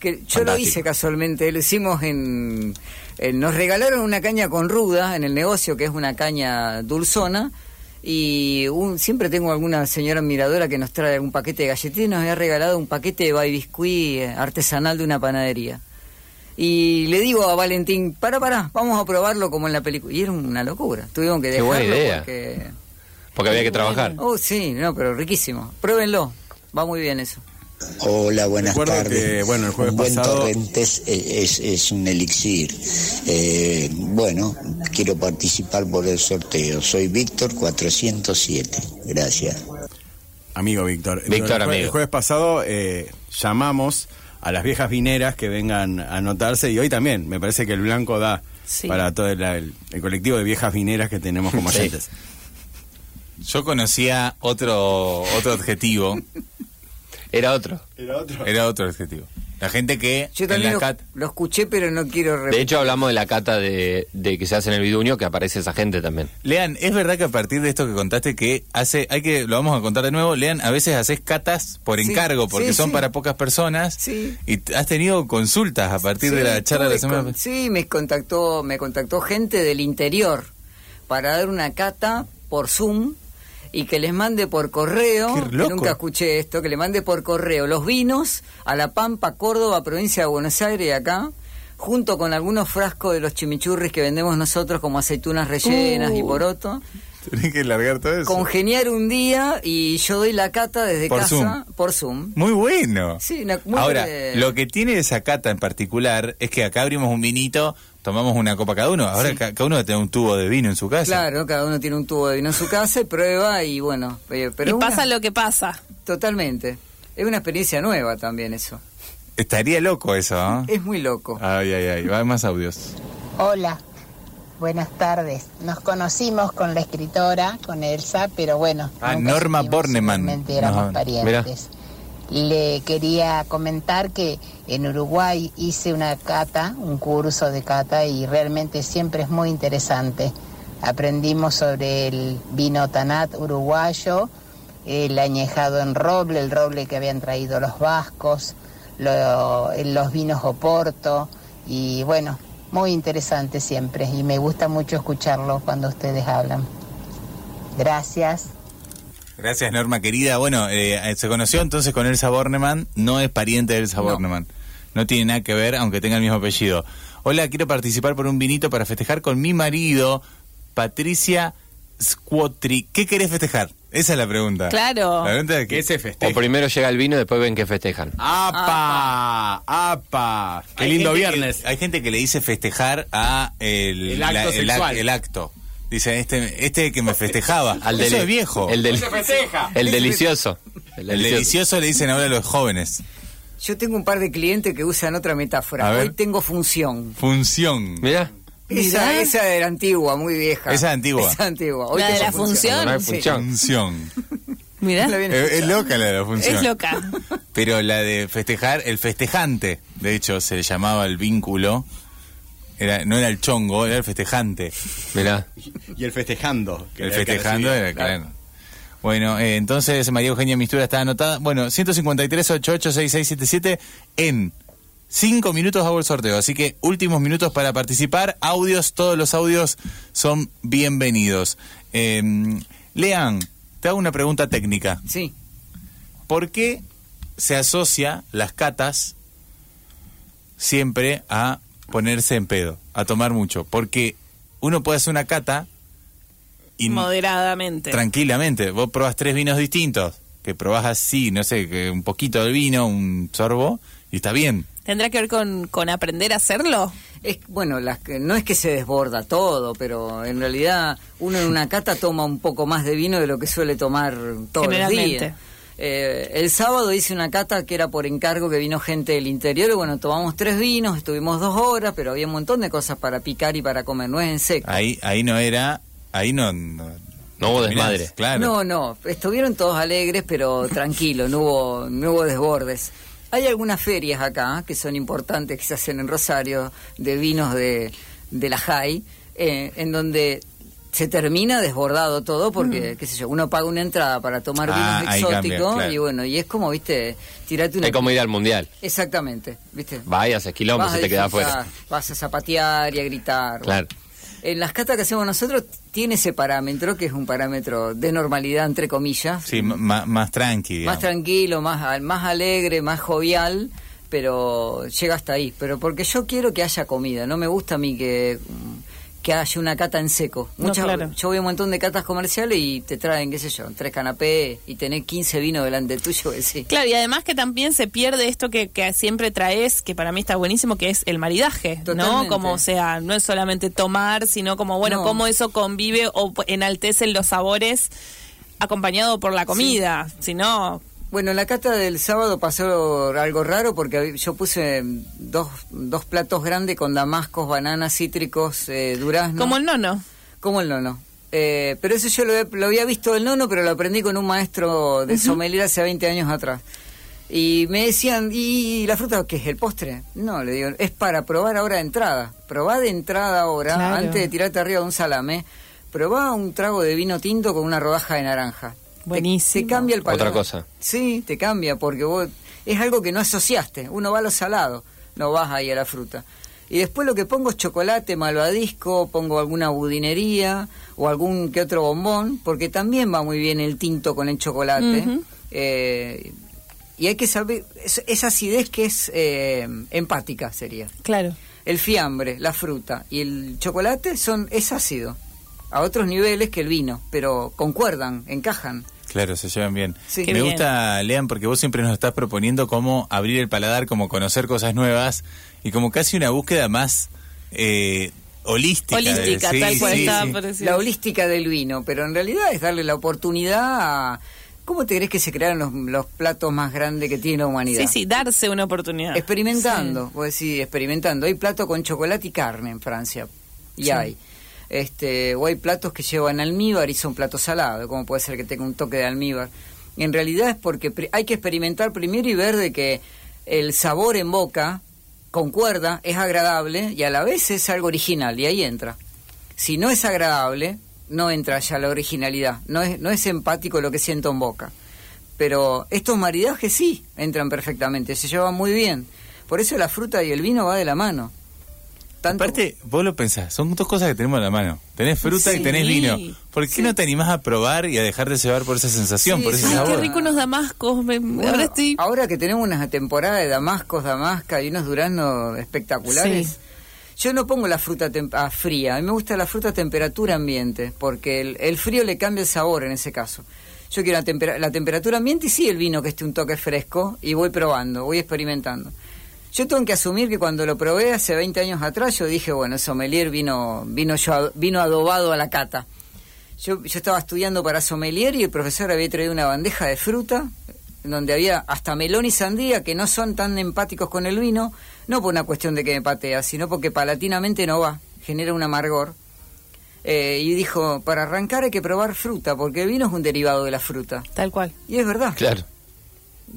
S3: Que yo lo
S5: Fantástico.
S3: hice casualmente, lo hicimos en, en- Nos regalaron una caña con ruda en el negocio, que es una caña dulzona. Y un- siempre tengo alguna señora admiradora que nos trae un paquete de galletitas y nos había regalado un paquete de baby biscuit eh, artesanal de una panadería. Y le digo a Valentín, para, para, vamos a probarlo como en la película. Y era una locura. Tuvieron que
S4: Qué
S3: dejarlo
S4: buena idea.
S3: porque...
S4: Porque había que trabajar.
S3: Oh, sí, no, pero riquísimo. Pruébenlo. Va muy bien eso.
S8: Hola, buenas
S5: Recuerdo
S8: tardes.
S5: que, bueno, el jueves
S8: un buen
S5: pasado-
S8: torrente es, es- es un elixir. Eh, bueno, quiero participar por el sorteo. Soy Víctor 407. Gracias.
S5: [LAUGHS] Amigo Víctor.
S4: Víctor,
S5: El jue-
S4: amigo.
S5: El jueves pasado eh, llamamos a las viejas vineras que vengan a anotarse y hoy también. Me parece que el blanco da
S2: Sí.
S5: para todo el, el- el colectivo de viejas vineras que tenemos como oyentes.
S1: Yo conocía otro, otro
S4: [LAUGHS]
S1: adjetivo.
S4: Era otro.
S1: Era otro adjetivo. La gente que
S3: Yo
S1: en
S3: también
S1: la
S3: lo,
S1: cat...
S3: lo escuché, pero no quiero
S4: De
S3: repetir.
S4: hecho, hablamos de la cata de, de que se hace en el Viduño, que aparece esa gente también.
S1: Lean, es verdad que a partir de esto que contaste que hace, hay que, lo vamos a contar de nuevo, Lean, a veces haces catas por
S3: Sí,
S1: encargo, porque
S3: sí,
S1: son
S3: sí.
S1: para pocas personas,
S3: Sí.
S1: y t- has tenido consultas a partir
S3: Sí,
S1: de la charla de la
S3: tuve
S1: semana.
S3: con- sí, me contactó, me contactó gente del interior para dar una cata por Zoom y que les mande por correo,
S1: Qué
S3: que
S1: loco.
S3: nunca escuché esto, que le mande por correo los vinos a La Pampa, Córdoba, provincia de Buenos Aires y acá, junto con algunos frascos de los chimichurris que vendemos nosotros como aceitunas rellenas y poroto.
S1: [LAUGHS] Tenés que largar todo Uh. eso.
S3: Congeniar un día y yo doy la cata desde
S1: Por
S3: casa
S1: Zoom.
S3: por Zoom.
S1: Muy bueno.
S3: Sí, una- muy
S1: Ahora,
S3: de-
S1: lo que tiene esa cata en particular es que acá abrimos un vinito, tomamos una copa cada uno. Ahora ca- cada uno tiene un tubo de vino en su casa.
S3: Claro, cada uno tiene un tubo de vino en su casa y prueba y bueno, eh, pero
S2: y
S3: una-
S2: pasa lo que pasa.
S3: totalmente. Es una experiencia nueva también eso.
S1: Estaría loco eso, ¿no?
S3: Es muy
S2: Ah.
S3: loco.
S1: Ay, ay, ay. Va más audios.
S9: Hola, buenas tardes. Nos conocimos con la escritora, con Elsa, pero bueno.
S1: Ah,
S9: nunca
S1: Norma
S9: supimos
S1: Bornemann.
S9: realmente éramos
S1: No,
S9: parientes. Le quería comentar que en Uruguay hice una cata, un curso de cata, y realmente siempre es muy interesante. Aprendimos sobre el vino tanat uruguayo, el añejado en roble, el roble que habían traído los vascos, lo- los vinos Oporto y bueno, muy interesante siempre y me gusta mucho escucharlo cuando ustedes hablan. Gracias.
S1: Gracias, Norma querida. Bueno, eh, se conoció entonces con Elsa Bornemann. No es pariente de Elsa Bornemann. No tiene nada que ver, aunque tenga el mismo apellido. Hola, quiero participar por un vinito para festejar con mi marido, Patricia Squotri. ¿Qué querés festejar? Esa es la pregunta.
S2: Claro.
S1: La pregunta es
S5: ¿Qué
S1: que
S5: se
S4: O
S5: festeja?
S4: primero llega el vino y después ven que festejan.
S5: ¡Apa! ¡Apa! ¡Qué
S1: Hay
S5: lindo
S1: gente que-
S5: viernes!
S1: hay gente que le dice festejar a el,
S5: El acto
S1: la- ac-
S5: sexual.
S1: el acto. Dice, este este que me
S5: [LAUGHS]
S1: festejaba.
S4: Al
S1: Eso
S4: deli-
S1: es viejo.
S4: El, del-
S5: festeja!
S4: [LAUGHS] el delicioso. El
S1: el delicioso le dicen ahora a los jóvenes.
S3: Yo tengo un par de clientes que usan otra metáfora.
S1: A ver.
S3: Hoy tengo función.
S1: Función.
S4: Mirá,
S3: Esa,
S2: Mirá.
S3: esa era antigua, muy vieja.
S1: Esa es antigua.
S3: Esa antigua.
S2: La de
S3: tengo
S2: la función. Eh.
S4: no hay
S3: Sí.
S4: función.
S1: Función.
S2: Mirá,
S3: La viene
S1: Es, es
S3: escuchando.
S1: loca la de la función.
S2: es loca.
S1: Pero la de festejar, el festejante, de hecho, se le llamaba el vínculo. Era, no era el chongo, era el festejante.
S4: Mirá.
S5: Y el festejando. que
S1: el
S5: era que
S1: festejando
S5: recibía,
S1: era,
S5: claro.
S1: claro. Bueno, eh, entonces María Eugenia Mistura está anotada. Bueno, 153-88-6677 en 5 minutos hago el sorteo. Así que últimos minutos para participar. Audios, todos los audios son bienvenidos. Eh, Lean, te hago una pregunta técnica.
S3: Sí.
S1: ¿Por qué se asocia las catas siempre a ponerse en pedo, a tomar mucho? Porque uno puede hacer una cata y
S2: Moderadamente.
S1: tranquilamente. Vos probás tres vinos distintos, que probás así, no sé, que un poquito de vino, un sorbo, y está bien.
S2: ¿Tendrá que ver con, con aprender a hacerlo?
S3: Es, bueno, las, que- no es que se desborda todo, pero en realidad uno en una cata toma un poco más de vino de lo que suele tomar todos los
S2: Generalmente.
S3: días. Eh, el sábado hice una cata que era por encargo que vino gente del interior y bueno, tomamos tres vinos, estuvimos dos horas, pero había un montón de cosas para picar y para comer, no es en seco.
S1: Ahí, ahí no era, ahí no... No,
S4: No hubo
S1: terminás,
S4: desmadre.
S1: Claro.
S3: No, no, estuvieron todos alegres, pero tranquilo, no hubo, no hubo desbordes. Hay algunas ferias acá que son importantes que se hacen en Rosario de vinos de, de la JAI, eh, en donde se termina desbordado todo porque, qué sé yo, uno paga una entrada para tomar
S1: Ah,
S3: vinos
S1: ahí
S3: exóticos
S1: cambia, claro.
S3: y bueno, y es como, viste, tirate una...
S4: Es como ir al mundial.
S3: Exactamente, viste.
S4: Vayas, haces kilómetros
S3: Vas
S4: y
S3: a
S4: te quedás
S3: disfrutar,
S4: afuera.
S3: Vas a zapatear y a gritar.
S4: Claro.
S3: En las catas que hacemos nosotros tiene ese parámetro, que es un parámetro de normalidad, entre comillas.
S1: Sí, ma- ma- más tranqui,
S3: más
S1: digamos.
S3: tranquilo, más, al- más alegre, más jovial, pero llega hasta ahí. Pero porque yo quiero que haya comida, no me gusta a mí que, mm, que haya una cata en seco.
S2: No,
S3: Muchas,
S2: claro.
S3: Yo voy a un montón de catas comerciales y te traen, qué sé yo, tres canapés y tenés 15 vinos delante tuyo. [LAUGHS] que sí.
S2: Claro, y además que también se pierde esto que, que siempre traes, que para mí está buenísimo, que es el maridaje, ¿no?
S3: Totalmente.
S2: Como, o sea, no es solamente tomar, sino como, bueno,
S3: No.
S2: cómo eso convive o p- enaltecen los sabores acompañado por la comida, si no...
S3: Bueno, en la cata del sábado pasó algo raro porque hab- yo puse mm, dos, dos platos grandes con damascos, bananas, cítricos, eh, duraznos.
S2: Como el nono.
S3: Como el nono. Eh, pero eso yo lo, he- lo había visto el nono, pero lo aprendí con un maestro de sommelier hace 20 años atrás. Y me decían, ¿y la fruta qué es? ¿El postre? No, le digo, es para probar ahora de entrada. Probá de entrada ahora,
S2: Claro.
S3: antes de tirarte arriba de un salame. Probá un trago de vino tinto con una rodaja de naranja. Te-
S2: Buenísimo.
S3: Te, cambia el paladar.
S4: Otra cosa.
S3: Sí, te cambia, porque vos es algo que no asociaste. Uno va a lo salado, no vas ahí a la fruta. Y después lo que pongo es chocolate, malvadisco, pongo alguna budinería o algún que otro bombón, porque también va muy bien el tinto con el chocolate.
S2: Ujú.
S3: Eh, y hay que saber, es- esa acidez que es eh, empática sería.
S2: Claro.
S3: El fiambre, la fruta y el chocolate son es ácido, a otros niveles que el vino, pero concuerdan, encajan.
S1: Claro, se llevan bien.
S3: Sí.
S1: Me
S2: Qué bien.
S1: gusta, Lean, porque vos siempre nos estás proponiendo cómo abrir el paladar, cómo conocer cosas nuevas y como casi una búsqueda más eh, holística.
S2: Holística,
S1: Sí,
S2: tal cual
S1: sí,
S2: estaba
S1: sí.
S2: por decir.
S3: la holística del vino, pero en realidad es darle la oportunidad a... ¿Cómo te crees que se crearon los, los platos más grandes que tiene la humanidad?
S2: Sí, sí, darse una oportunidad.
S3: Experimentando, vos decís, experimentando. Hay plato con chocolate y carne en Francia, y hay. Este, o hay platos que llevan almíbar y son platos salados, como puede ser que tenga un toque de almíbar. En realidad es porque pri- hay que experimentar primero y ver de que el sabor en boca concuerda, es agradable y a la vez es algo original, y ahí entra. Si no es agradable, no entra ya la originalidad, no es, no es empático lo que siento en boca. pero estos maridajes sí entran perfectamente, se llevan muy bien. Por eso la fruta y el vino va de la mano. Tanto-
S1: Aparte, vos lo pensás, son dos cosas que tenemos en la mano. Tenés fruta y
S2: Sí.
S1: tenés vino. ¿Por qué
S3: Sí.
S1: no te animás a probar y a dejar de llevar por esa sensación,
S3: Sí,
S1: por ese
S3: sí,
S2: Ay, qué
S1: sabor?
S2: rico unos damascos. me-
S3: Bueno, ah,
S2: ahora estoy.
S3: ahora que tenemos una temporada de damascos, damasca y unos duraznos espectaculares,
S2: Sí.
S3: yo no pongo la fruta tem- a fría. A mí me gusta la fruta a temperatura ambiente, porque el, el frío le cambia el sabor en ese caso. Yo quiero la, tempera- la temperatura ambiente y sí el vino que esté un toque fresco y voy probando, voy experimentando. Yo tengo que asumir que cuando lo probé hace 20 años atrás, yo dije, bueno, sommelier vino, vino, yo, a- vino adobado a la cata. Yo, yo estaba estudiando para sommelier y el profesor había traído una bandeja de fruta donde había hasta melón y sandía que no son tan empáticos con el vino, no por una cuestión de que me patea, sino porque palatinamente no va, genera un amargor. Eh, y dijo, para arrancar hay que probar fruta, porque el vino es un derivado de la fruta.
S2: Tal cual.
S3: Y es verdad
S4: Claro.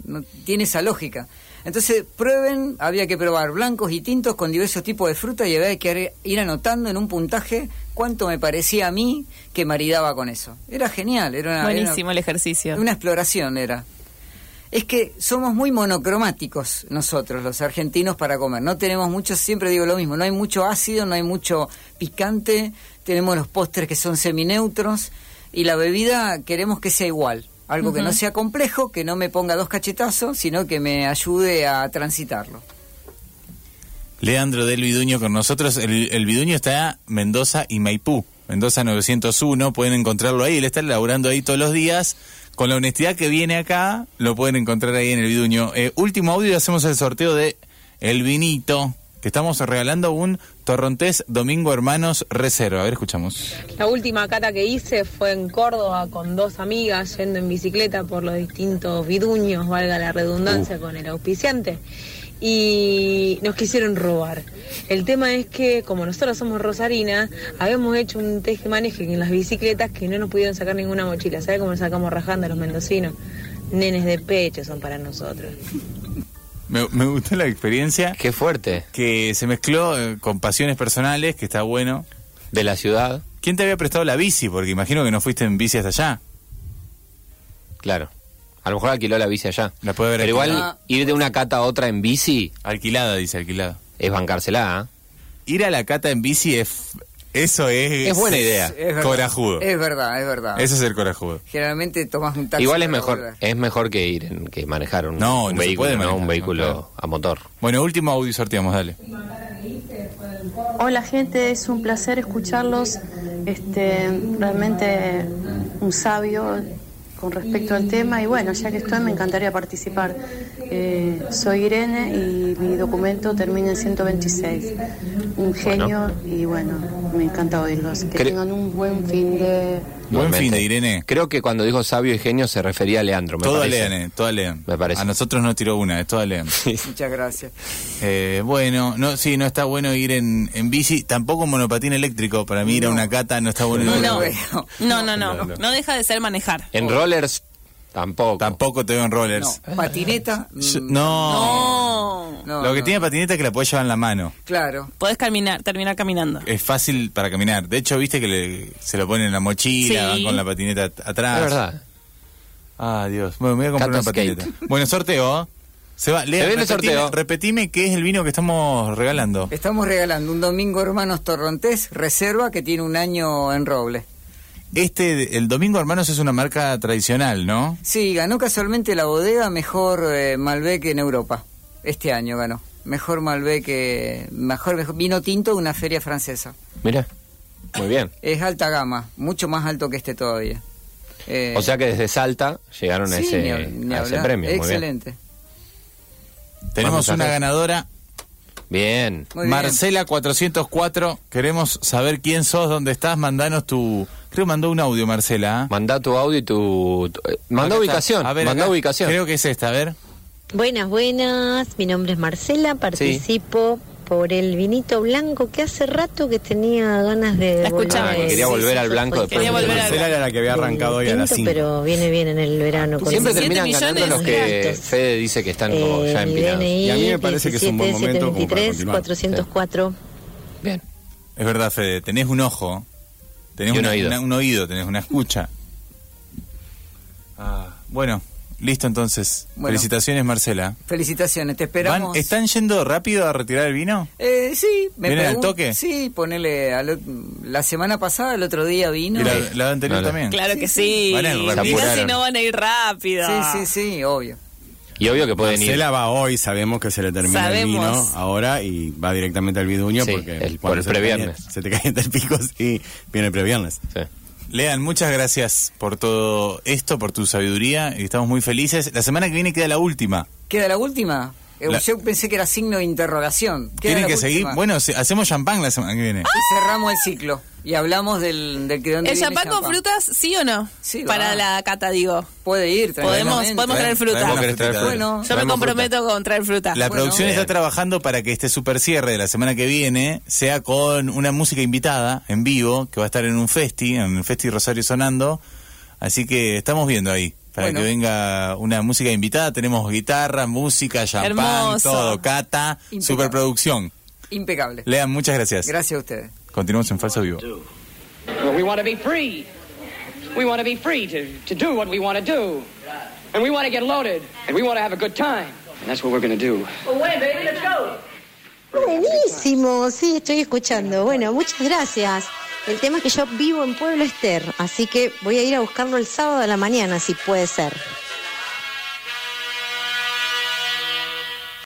S3: no tiene esa lógica. Entonces, prueben, había que probar blancos y tintos con diversos tipos de fruta y había que ar- ir anotando en un puntaje cuánto me parecía a mí que maridaba con eso. Era genial, era una, era
S2: Buenísimo el ejercicio.
S3: una exploración era. Es que somos muy monocromáticos nosotros, los argentinos, para comer. No tenemos mucho, siempre digo lo mismo, no hay mucho ácido, no hay mucho picante, tenemos los postres que son semineutros y la bebida queremos que sea igual. Algo que no sea complejo, que no me ponga dos cachetazos, sino que me ayude a transitarlo.
S1: Leandro del Viduño con nosotros. El, el Viduño está Mendoza y Maipú. Mendoza 901, pueden encontrarlo ahí. Él está laburando ahí todos los días. Con la honestidad que viene acá, lo pueden encontrar ahí en el Viduño. Eh, último audio y hacemos el sorteo de El Vinito, que estamos regalando un Torrontés Domingo Hermanos Reserva. A ver, escuchamos.
S7: La última cata que hice fue en Córdoba con dos amigas yendo en bicicleta por los distintos viduños, valga la redundancia, con el auspiciante. Y nos quisieron robar. El tema es que, como nosotros somos rosarinas, habíamos hecho un tejemaneje en las bicicletas que no nos pudieron sacar ninguna mochila. ¿Sabe cómo nos sacamos rajando a los mendocinos? Nenes de pecho son para nosotros.
S1: Me, me gustó la experiencia
S4: Qué fuerte.
S1: que se mezcló eh, con pasiones personales, que está bueno.
S4: De la ciudad,
S1: ¿Quién te había prestado la bici? Porque imagino que no fuiste en bici hasta allá.
S4: claro. A lo mejor alquiló la bici allá.
S1: La puede haber
S4: Pero igual
S3: Ah.
S1: alquilado.
S4: ir de una cata a otra en bici
S1: Alquilada, dice alquilada.
S4: es bancársela, ¿ah?
S1: Ir a la cata en bici es. Eso es.
S4: Es buena idea.
S3: Es verdad.
S1: Corajudo.
S3: Es verdad, es verdad.
S1: Eso es el corajudo.
S3: Generalmente tomas un taxi.
S4: Igual es
S3: para
S4: mejor,
S3: volver.
S4: es mejor que ir en- que manejar un,
S1: No,
S4: un
S1: no se
S4: vehículo,
S1: puede
S4: ¿no?
S1: manejar,
S4: un
S1: no,
S4: vehículo
S1: claro.
S4: a motor.
S1: Bueno, último audio y sorteamos, dale.
S7: Hola gente, es un placer escucharlos. Este, realmente un sabio con respecto al tema y bueno, ya que estoy me encantaría participar. Eh, soy Irene y mi documento termina en 126. Un genio y bueno, me encanta oírlos. Que
S4: Cre-
S7: tengan un buen fin de...
S1: Buen
S4: Igualmente.
S1: fin de Irene.
S4: Creo que cuando dijo sabio y genio se refería a Leandro, me
S1: Todas
S4: parece.
S1: lean, eh, todas lean.
S4: Me parece.
S1: A nosotros no tiró una, es todas lean.
S3: Muchas gracias.
S1: Eh, bueno, no, sí, no está bueno ir en, en bici, tampoco en monopatín eléctrico. Para mí ir a una cata no está bueno.
S3: No,
S1: ir en-
S2: No,
S3: veo.
S2: no, no, no,
S1: No, no.
S2: no deja de ser manejar.
S3: Oh.
S4: En rollers tampoco.
S1: Tampoco te veo en
S3: [LAUGHS] No,
S1: rollers.
S3: patineta.
S1: Yo-
S3: mm,
S1: No.
S2: No.
S3: no,
S1: Lo que
S3: no.
S1: tiene patineta es que la puedes llevar en la mano.
S3: Claro.
S2: Podés caminar, terminar caminando.
S1: Es fácil para caminar. De hecho, viste que le- se lo ponen en la mochila,
S2: Sí.
S1: van con la patineta at- atrás.
S4: Es verdad.
S1: Ah, Dios. Bueno, me voy a comprar
S4: Cata
S1: una patineta.
S4: skate.
S1: Bueno, sorteo. Se va. Lea,
S4: Se viene el
S1: repetime-
S4: sorteo.
S1: Repetime qué es el vino que estamos regalando.
S3: Estamos regalando un domingo Hermanos Torrontés Reserva que tiene un año en roble.
S1: Este, el Domingo Hermanos es una marca tradicional, ¿no?
S3: Sí, ganó casualmente la bodega mejor eh, Malbec en Europa. Este año ganó. Mejor Malbec, eh, mejor, mejor vino tinto de una feria francesa.
S4: Mira. Muy bien.
S3: Es alta gama, mucho más alto que este todavía. Eh,
S4: O sea que desde Salta llegaron a
S3: sí,
S4: ese,
S3: ni hab- ni
S4: a ese
S3: hablar.
S4: premio. Muy bien.
S3: Excelente.
S1: Tenemos
S4: Vamos a
S1: una
S4: ver.
S1: ganadora,
S4: Bien.
S3: Muy bien.
S1: Marcela 404. Queremos saber quién sos, dónde estás. Mandanos tu. Creo que mandó un audio, Marcela. ¿ah?
S4: Mandá tu audio y tu. tu- eh, mandá
S1: Acá está.
S4: ubicación.
S1: A ver,
S4: mandá
S1: acá.
S4: ubicación.
S1: Creo que es esta, a ver.
S6: Buenas, buenas. Mi nombre es Marcela. Participo por el vinito blanco que hace rato que tenía ganas de.
S2: La escuchamos.
S6: volver.
S2: Ah, que quería
S4: volver al blanco después
S2: Quería volver al-
S5: Marcela era la que había arrancado hoy a las
S6: Tinto,
S5: 5.
S6: Pero viene bien en el verano. con
S4: Siempre
S6: el-
S2: 17
S4: terminan ganando
S2: millones
S4: los que
S6: gastos.
S4: Fede dice que están como
S6: Eh,
S4: ya
S6: mi
S4: empinados.
S6: DNI,
S5: Y a mí me parece que es un buen momento como para
S6: 17,
S5: continuar.
S6: 404.
S4: Bien.
S1: Es verdad, Fede. Tenés un ojo. Tenés
S4: Y un
S1: una-
S4: oído.
S1: una- un oído, tenés una escucha. Ah, bueno. Listo, entonces.
S3: Bueno.
S1: Felicitaciones, Marcela.
S3: Felicitaciones, te
S1: Van,
S3: esperamos.
S1: ¿Están yendo rápido a retirar el vino?
S3: Eh, sí, me
S1: ¿Vienen al
S3: pregun-
S1: toque?
S3: Sí, ponele. al ot- la semana pasada, el otro día vino.
S1: ¿Y la,
S3: Sí,
S1: la anterior
S4: Claro.
S1: también?
S2: Claro que sí.
S1: Van a ir rápido.
S2: Quizás si
S4: Apuraron.
S2: no van a ir rápido.
S3: sí, sí, obvio.
S4: Y obvio que pueden ir.
S5: Marcela va hoy, sabemos que se le termina el
S2: Sabemos.
S5: vino ahora y va directamente al viduño
S4: Sí,
S5: porque
S4: el- por
S5: cuando
S4: el
S5: se te
S4: previernes.
S5: calienta- Se te calienta el pico [LAUGHS] y viene el previernes.
S4: Sí.
S1: Lean, muchas gracias por todo esto, por tu sabiduría. y Estamos muy felices. La semana que viene queda la última.
S3: ¿Queda la última? Eh,
S1: La-
S3: Yo pensé que era signo de interrogación. Queda
S1: ¿Tienen
S3: la
S1: que
S3: última. Ah,
S1: seguir? Bueno, se- hacemos champán la semana que viene.
S3: Y cerramos el ciclo. Y hablamos del, del que de dónde
S2: ¿El
S3: viene
S2: champán con frutas, sí o no?
S3: Sí, va.
S2: Para la cata, digo.
S3: Puede ir,
S2: Podemos,
S3: tranquilamente.
S2: podemos traer fruta.
S1: Traemos
S4: ¿Vos querés traer
S1: frutita.
S4: fruta?
S3: Bueno,
S2: Yo me
S4: Traemos
S2: comprometo con traer fruta.
S1: La
S3: Bueno.
S1: producción está
S4: Bien.
S1: trabajando para que este super cierre de la semana que viene sea con una música invitada en vivo que va a estar en un festi, en el Festi Rosario Sonando. Así que estamos viendo ahí. Para
S3: Bueno.
S1: que venga una música invitada, tenemos guitarra, música, champán,
S2: Hermoso.
S1: todo, cata,
S3: Impecable.
S1: superproducción.
S3: Impecable.
S1: Lean, muchas gracias.
S3: Gracias a ustedes.
S1: Continuamos en Falso Vivo.
S10: Well, we want to be free. We want to be free to, to do what we want to do. And we want to get loaded. And we want to have a good time. And that's what we're going to do.
S6: Buenísimo, sí, estoy escuchando. Bueno, muchas gracias. El tema es que yo vivo en Pueblo Ester, así que voy a ir a buscarlo el sábado a la mañana, si puede ser.